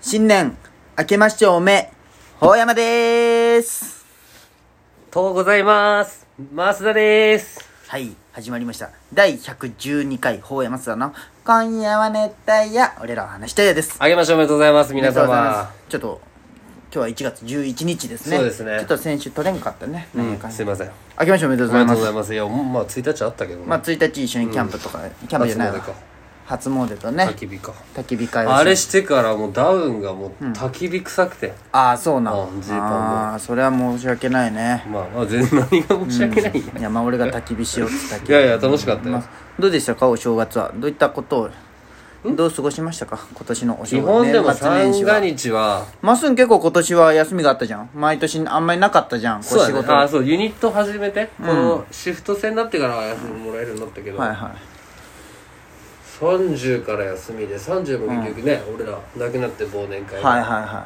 新年、明けましておめ、ほうやまでーす。とうございます。マスダです。はい、始まりました。第112回、ほうやますだの、今夜は熱帯夜、俺らは話したいやです。あげましょうおめでとうございます、皆ありがとうございま様。す。ちょっと、今日は1月11日ですね。そうですねちょっと先週取れんかったね。うなんんか、すいません。あ明けましておめでとうござりいがとまうごすざ。います。いや、まあ、1日あったけどねまあ、1日一緒にキャンプとか、キャンプじゃないわ初詣か初詣とね焚、き火か。焚き火会をしあれしてからもうダウンがもう焚き火臭くて。ああ、そうなん。うんジーパンもああ、それは申し訳ないね。まあ、まあ、全然何が申し訳ない。いや、まあ俺が焚き火しようって言ったけいど。やいや、楽しかったまよあ。どうでしたかお正月はどういったことをどう過ごしましたか今年のお基正月本でも年末年三始がは日は、まっすん結構今年は休みがあったじゃん毎年あんまりなかったじゃんこそう仕だね。事あはあ、そう、ユニット始めて、このシフト制になってからは休みもらえるようになったけいど、は30から休みで、30も結局ね、俺ら亡くなって忘年会いで。はいはいは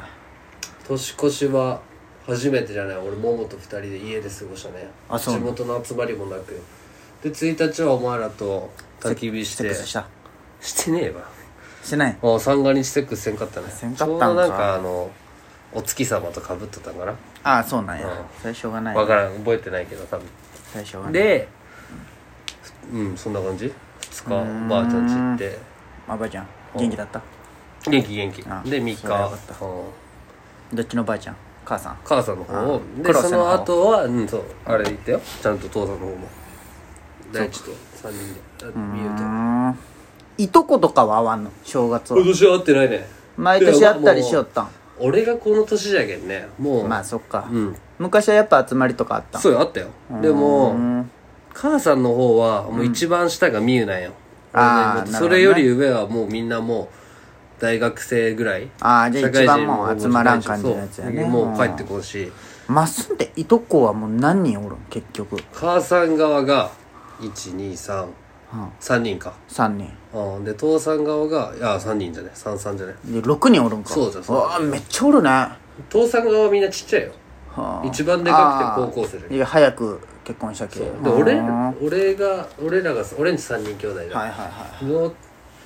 い年越しは初めてじゃない俺ももと2人で家で過ごしたねあそう地元の集まりもなくで1日はお前らと焚き火しセッてクスしたしてねえわしてないあ三が日セックスせんかったねせんかったちょんうかどなんかあのお月様とかぶっとったんかな、ああそうなんうんやそれしょうがないわからん覚えてないけど多分それしょうがないでうんそんな感じ2日おばあちゃんち行ってまあばあちゃん元気だった元気元気あで3それはよかっ日うんどっちのばあちゃん母さん母さんの方をあで黒瀬その方の後はうんそうあれ行ったよちゃんと父さんの方も大地と3人であ見うるーんいとことかは会わんの正月と今は年は会ってないね毎年会ったりしよったんもう俺がこの年じゃけんねもうまあそっかうん昔はやっぱ集まりとかあったんそうよあったよでもん母さんの方はもう一番下がみゆなんよあーなるほ俺の妹どねそれより上はもうみんなもう大学生ぐらいあーじゃあ社会人一番もう集まらん感じのやつやねそうもう帰ってこんしまっすんっていとこはもう何人おるん結局、母さん側が1233うん、人か3人あで父さん側がいや3人じゃね三三じゃねで6人おるんかそうじゃんそうわあめっちゃおるね、は父さん側はみんなちっちゃいよあ一番でかくて高校生あでーいや早く結婚したけそうであー俺はい俺が俺らが俺んち3人兄弟はいだはの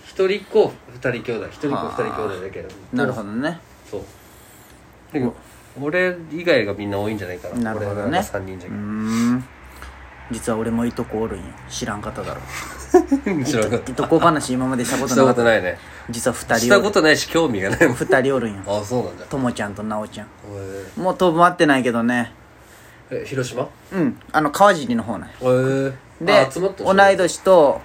一人っ子二人兄弟一人っ子あ二ー人兄弟だけどいなるほどねそうで俺以外がみんな多いんじゃないかななるほどね俺らが3人じゃうーん実は俺もいとこおるんよ知らん方 だろけど知らなかっいとこ話今までしたこたとしなたかこっとたないね実は2し人たおこるとないし興味がないもん2人おるんよあそ うなんだともちゃんとなおちゃんへもう当分会ってないけどねええ広島へうんあの川尻の方ねえであ集まった同い年と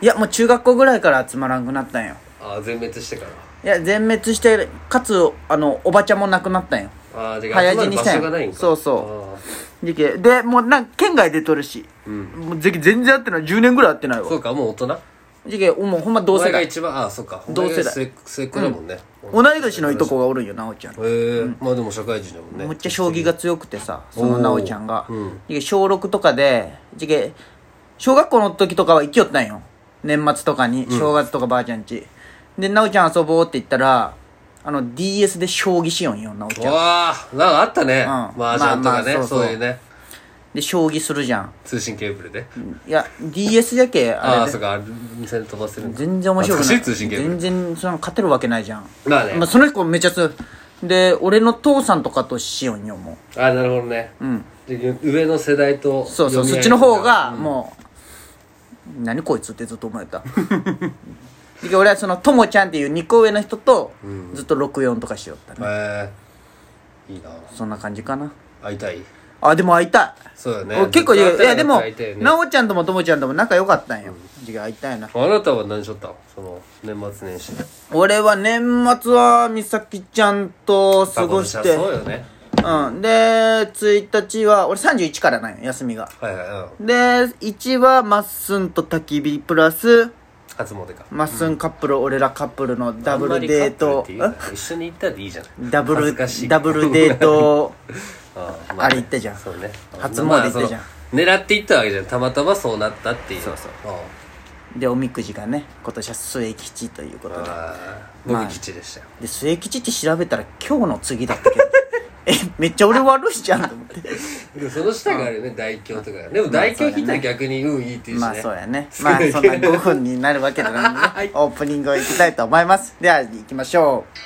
いやもう中学校ぐらいから集まらんくなったんよあ全滅してからいや全滅してかつあのおばちゃんも亡くなったんよああ、で早死集まにるし場たんや所がないんかそうそでけでもうなんか県外出とるし、もうぜ全然会ってない10年ぐらい会ってないあーそわうかもう大人でけもうほんま同お世前が代一番ああそうか同世代お前が末末っ子だもんね、同い年のいとこがおるんよなおちゃんへえまあでも社会人だもんねむっちゃ将棋が強くてさそのなおちゃんが、おーうんでけ小6とかででけ小学校の時とかは行きよったんよ年末とかに正月とかばあちゃんち、でなおちゃん遊ぼうって言ったらあの DS で将棋しよんよなおちゃんわあなんかあったね、うんマージャンとかまあね、まあそそううそういうねで将棋するじゃん通信ケーブルで、いや DS じゃけあああれそうでか店で飛ばせるんだ全然面白くない懐かしい通信ケーブ全ル然その勝てるわけないじゃんまあねまあ、その子めっちゃ強いで俺の父さんとかとしよんよもああなるほどね、で上の世代とうそうそう読そっみ合いちの方がもう、何こいつってずっと思えた で俺はそのともちゃんっていう2個上の人とずっと64とかしよったね、へえいいなそんな感じかな会いたいあでも会いたいそうだね俺結構ずっ言とうい会やでってもなかったら会いたいよねなおちゃんともともちゃんとも仲良かったんよ、次会いたいなあなたは何しょったのその年末年始俺は年末は美咲ちゃんと過ごしてそうよねうんで1日は俺31からなんよ休みがはいはいうんで1はまっすんと焚き火プラス初詣かまっすんカップル、俺らカップルのダブルデートあんまりカップルって言うなよ一緒に行ったらいいじゃ んダブ恥ずルかしいダブルデート あああれ行ったじゃんそうね初詣行ったじゃんまあその狙って行ったわけじゃんたまたまそうなったっていうそうそうあでおみくじがね今年は末吉ということであまあ僕吉でしたよで末吉って調べたら今日の次だったけどえめっちゃ俺悪いじゃんと思ってでもその下があるよね大凶とかがでも大凶引いたら逆に運いいっていうしねまあそうやねすごいまあそんな5分になるわけなのでねオープニングをいきたいと思いますでは行きましょう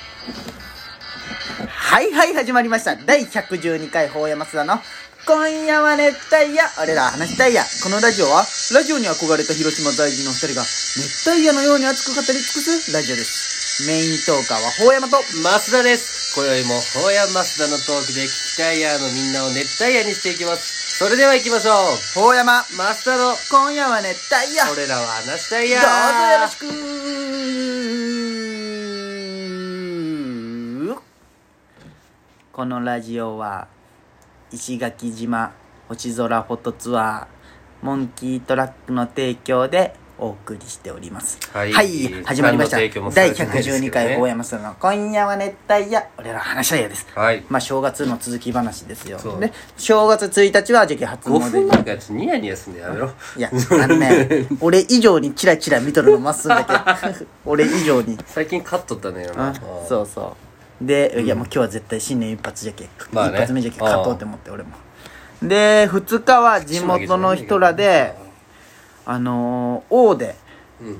はいはい始まりました第112回法山須田の今夜は熱帯夜俺らは話したいやこのラジオはラジオに憧れた広島在住の二人が熱帯夜のように熱く語り尽くすラジオですメイントーカーは法山と増田です今宵もホーヤン増田のトークで聞きたいやーのみんなを熱帯夜にしていきますそれでは行きましょう法山増田の今夜は熱帯夜俺らは話したいどやうーぞよろしくこのラジオは石垣島星空フォトツアーモンキートラックの提供でお送りしておりますはい始まりました、何の提供もさ第れてないですけどね112回大山さんの「今夜は熱帯夜俺ら話し合いや」ですはいまあ正月の続き話ですよそうで正月1日は時期初5分詣なんかちょっとニヤニヤすんのやめろいや、あの ね、俺以上にチラチラ見とるのまっすぐだけ。俺以上に。最近カットったねあそうそう。で、いやもう今日は絶対新年一発じゃけ。まあね一発目じゃけ、勝とうって思って、俺も。で、二日は地元の人らで、あのー、王で、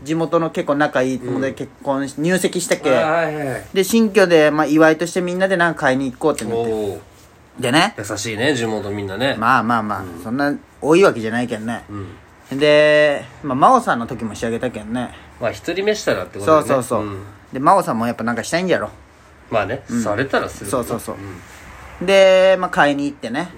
地元の結構仲いい友達結婚し、入籍したあけ。はいはいはいで、新居で、まあ、祝いとしてみんなでなんか買いに行こうっておなって。おでね、優しいね地元みんなねまあまあまあ、そんな多いわけじゃないけんね。で、まあ、真央さんの時も仕上げたけんね。まあ一人目したらってことそうだよねそうそう、んで真央さんもやっぱなんかしたいんやろまあねされたらするそうそうそう、んで、まあ、買いに行ってね、ん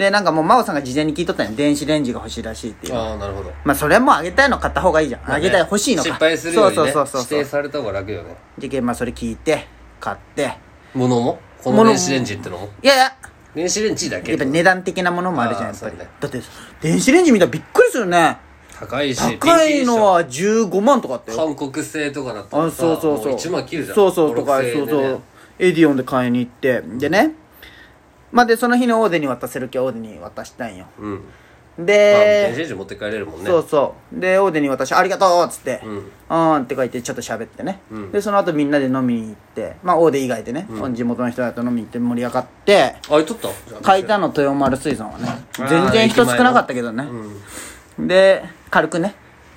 でなんかもう真央さんが事前に聞いとったんや電子レンジが欲しいらしいっていうああなるほどまあそれはもうあげたいの買った方がいいじゃん、あげたい欲しいのか失敗するよりねそうそうそう指そう定された方が楽よねでまあそれ聞いて買って物もこの物も電子レンジってのもいやいや電子レンジだけやっぱ値段的なものもあるじゃんやあーっぱり、そうねだって電子レンジ見たらびっくりするね高いし高いのは15万とかあってピンキリでしよょ韓国製とかだったらあさそうそうそうも1万切るじゃんそうそうとか、 5-6,000そ円うでねそうエディオンで買いに行ってでねまあでその日のオーデに渡せる気はオーデに渡したんようんまあ電子で、レンジ持って帰れるもんねそうそうでオーデに渡し「ありがとう」っつって「んうん」って書いてちょっと喋ってね、でその後みんなで飲みに行ってまあオーデ以外でね、地元の人だと飲みに行って盛り上がってあれ取ったじゃあ買いたの豊丸水産はねあー全然人少なかったけどね、で軽くね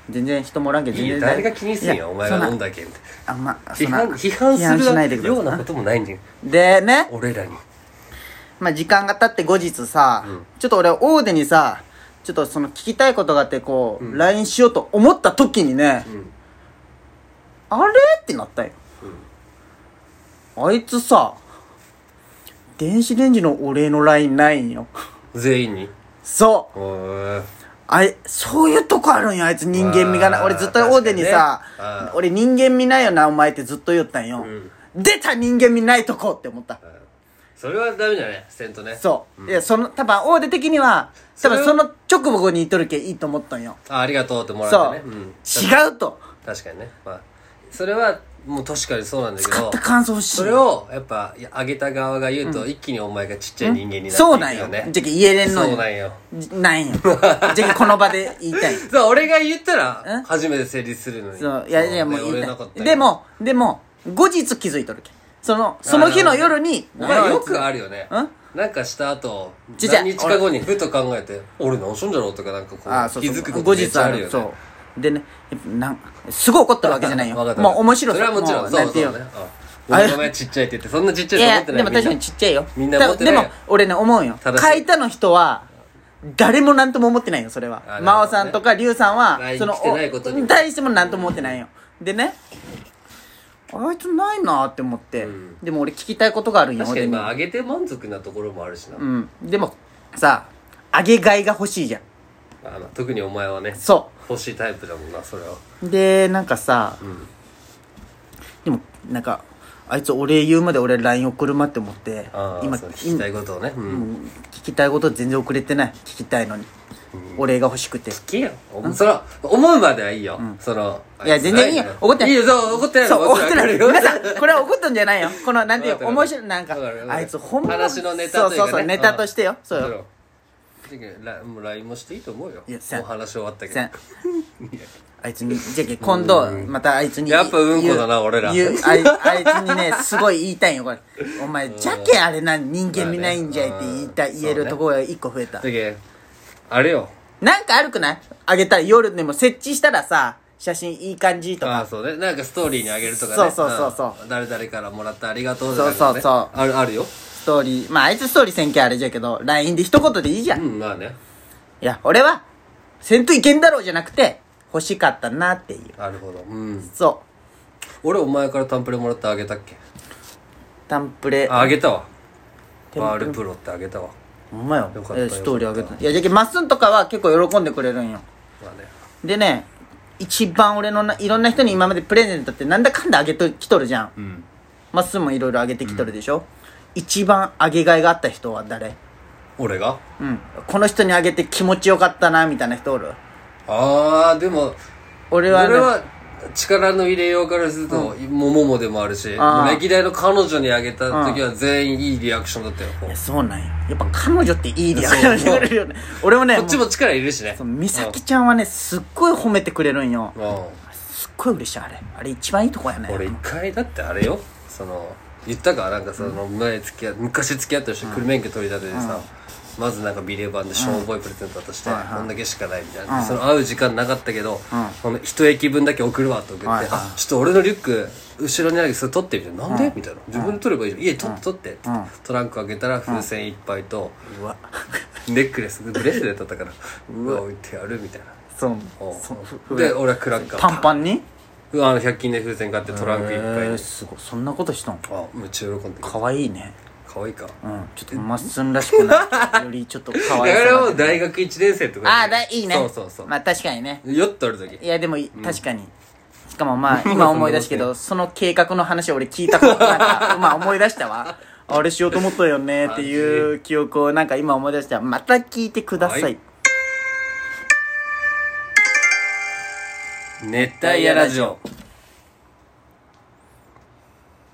全然人もおらんけど全いや然誰が気にすんいややお前そんなが飲んだけんってあんまそ批んな判批判批判しないですくるだよさういなこともないんだよでね、俺らにまあ、時間が経って後日さ、ちょっと俺オーデにさちょっとその聞きたいことがあってこう、LINE しようと思った時にね、あれってなったよ、あいつさ電子レンジのお礼の LINE ないんよ 全員にそうおいあれ、そういうとこあるんよ、あいつ人間味がなあい。ー俺ずっとオーデにさ確かにねあ、ー俺人間味ないよな、お前ってずっと言ったんよ。出た人間味ないとこって思った。それはダメだねせんとねそう。いや、その、多分、オーデ的には、多分その直後に言っとるけいいと思ったんよ。あありがとうってもらそうってねうん。違うと。確かにねまあそれはもう確かにそうなんだけ買っどた感想欲しい。それをやっぱいやあげた側が言うと、一気にお前がちっちゃい人間になっていくそうよなんよね。じゃけ言えれんのそうよな。んよじないんよ。じゃけこの場で言い たい。そう俺が言ったら初めて成立するのにそういやいやもうね言い俺たなかっいたよでもでも後日気づいとるけんそのその日の夜にお前よあくあるよねなんかした後ちっちゃい何日か後にふと考えて俺何しょんじゃろうとかなんかこうあそう気そうづくこと後めっ日ちゃああるるよねそうでねなんすごい怒った わけじゃないよわかったもう面白それはもちろんそうなんてそいうのねあうんお前ちっちゃいって言ってそんなちっちゃいいと思やってないでも確かにみちっちゃいよみんな持ってないでよも俺ね思うんよ正しい書いたの人は誰も何とも思ってないよそれはあなるほどね真央さんとか龍さんは LINE その来てないことにお対しても何とも思ってないよでねあいつないなって思って、でも俺聞きたいことがあるんんなよ確かに俺まああげて満足なところもあるしな、うんでもさあげがいが欲しいじゃんまあまあ特にお前はねそ欲しいタイプだもんなそれはうでなんかさ、でもなんかあいつお礼言うまで俺 LINE 送るまって思ってああ今そう聞きたいことをね、うん今聞きたいこと全然遅れてない聞きたいのに、お礼が欲しくて聞けよおその思うまではいいよ、そのいや全然いいよ怒ってないいいよそう怒ってないそうもち怒ろってないわか皆るよさんこれは怒ったんじゃないよこのなんていわかうるわ面かる白いなんかわかるわかるあいつ本物話のネタとそういうかねそうそうネタとしてよそうよそうよラもう LINE もしていいと思うよいやせんもう話終わったけせど んあいつにじゃけ今度またあいつにやっぱうんこだな言う俺ら言うあいあいつにねすごい言いたいんよこれお前じゃけあれな人間見ないんじゃいって言いたいまあね言えるところが一個増えただけあれよなんかあるくないあげたら夜でも設置したらさ写真いい感じとああか。そうねなんかストーリーにあげるとかねそうそうそうそうん誰々からもらったありがとうそうそうそうじゃなくてねあるあるよストーリー。まあ、あいつストーリーせんけんあれじゃけど、LINE で一言でいいじゃん。ういんまあねや、俺は、せんといけんだろうじゃなくて、欲しかったなっていう。なるほどうんそ俺お前からタンプレもらってあげたっけう。タンプレ。ああげたわテンプレバールプロってあげたわほんまよ。よかったえーよかっスたトーリーあげた。いや、じゃけんまっすんとかは結構喜んでくれるんよ。まあねでね、一番俺のな、いろんな人に今までプレゼントってなんだかんだあげときとるじゃん。うんまっすんもいろいろあげてきとるでしょ、一番あげがいがあった人は誰俺がうん。この人にあげて気持ちよかったな、みたいな人おる。ああでも俺はね、俺は力の入れようからすると、もももでもあるし、あーもう歴代の彼女にあげた時は全員いいリアクションだったよ。こいやうそうなんよ。やっぱ彼女っていいリアクションしてくれるよね。俺もね、こっちも力いるしね。そう美咲ちゃんはね、すっごい褒めてくれるんよう。ん。うんすっごい嬉しい、あれ。あれ一番いいとこやね。俺一回だってあれよ、その、言ったか、なんかその前付き合、昔付き合った人、車免許取り立てでさ、まずなんかビレバンでしょうボいプレゼントだとして、はいはいこんだけしかないみたいな、その会う時間なかったけど、この一駅分だけ送るわって送って、はいはいあちょっと俺のリュック後ろにあるけどそれ取ってみたいななんで、みたいな自分で取ればいいじゃんいや取って取って、ってトランク開けたら風船いっぱいと、うわ。ネックレスブレスレットだったからうわ置いてあるみたいなそう。おうそうふで俺はクラッカーパンパンにうわあの100均で風船買ってトランクいっぱえいーにすごい。そんなことしたんあめっちゃ喜んでるかわいいね。かわいいかうん。ちょっとまっすんらしくな る。よりちょっとかだわかいさらがもう大学1年生とかああ、だ、いいね。そうそうそうまあ確かにね。酔っとる時いやでも、確かに。しかもま あ、今思い出すけど、その計画の話を俺聞いたことなんか、まあ 思い出したわ。あれしようと思ったよねっていう記憶をなんか今思い出した。また聞いてください。はい熱帯夜ラジオ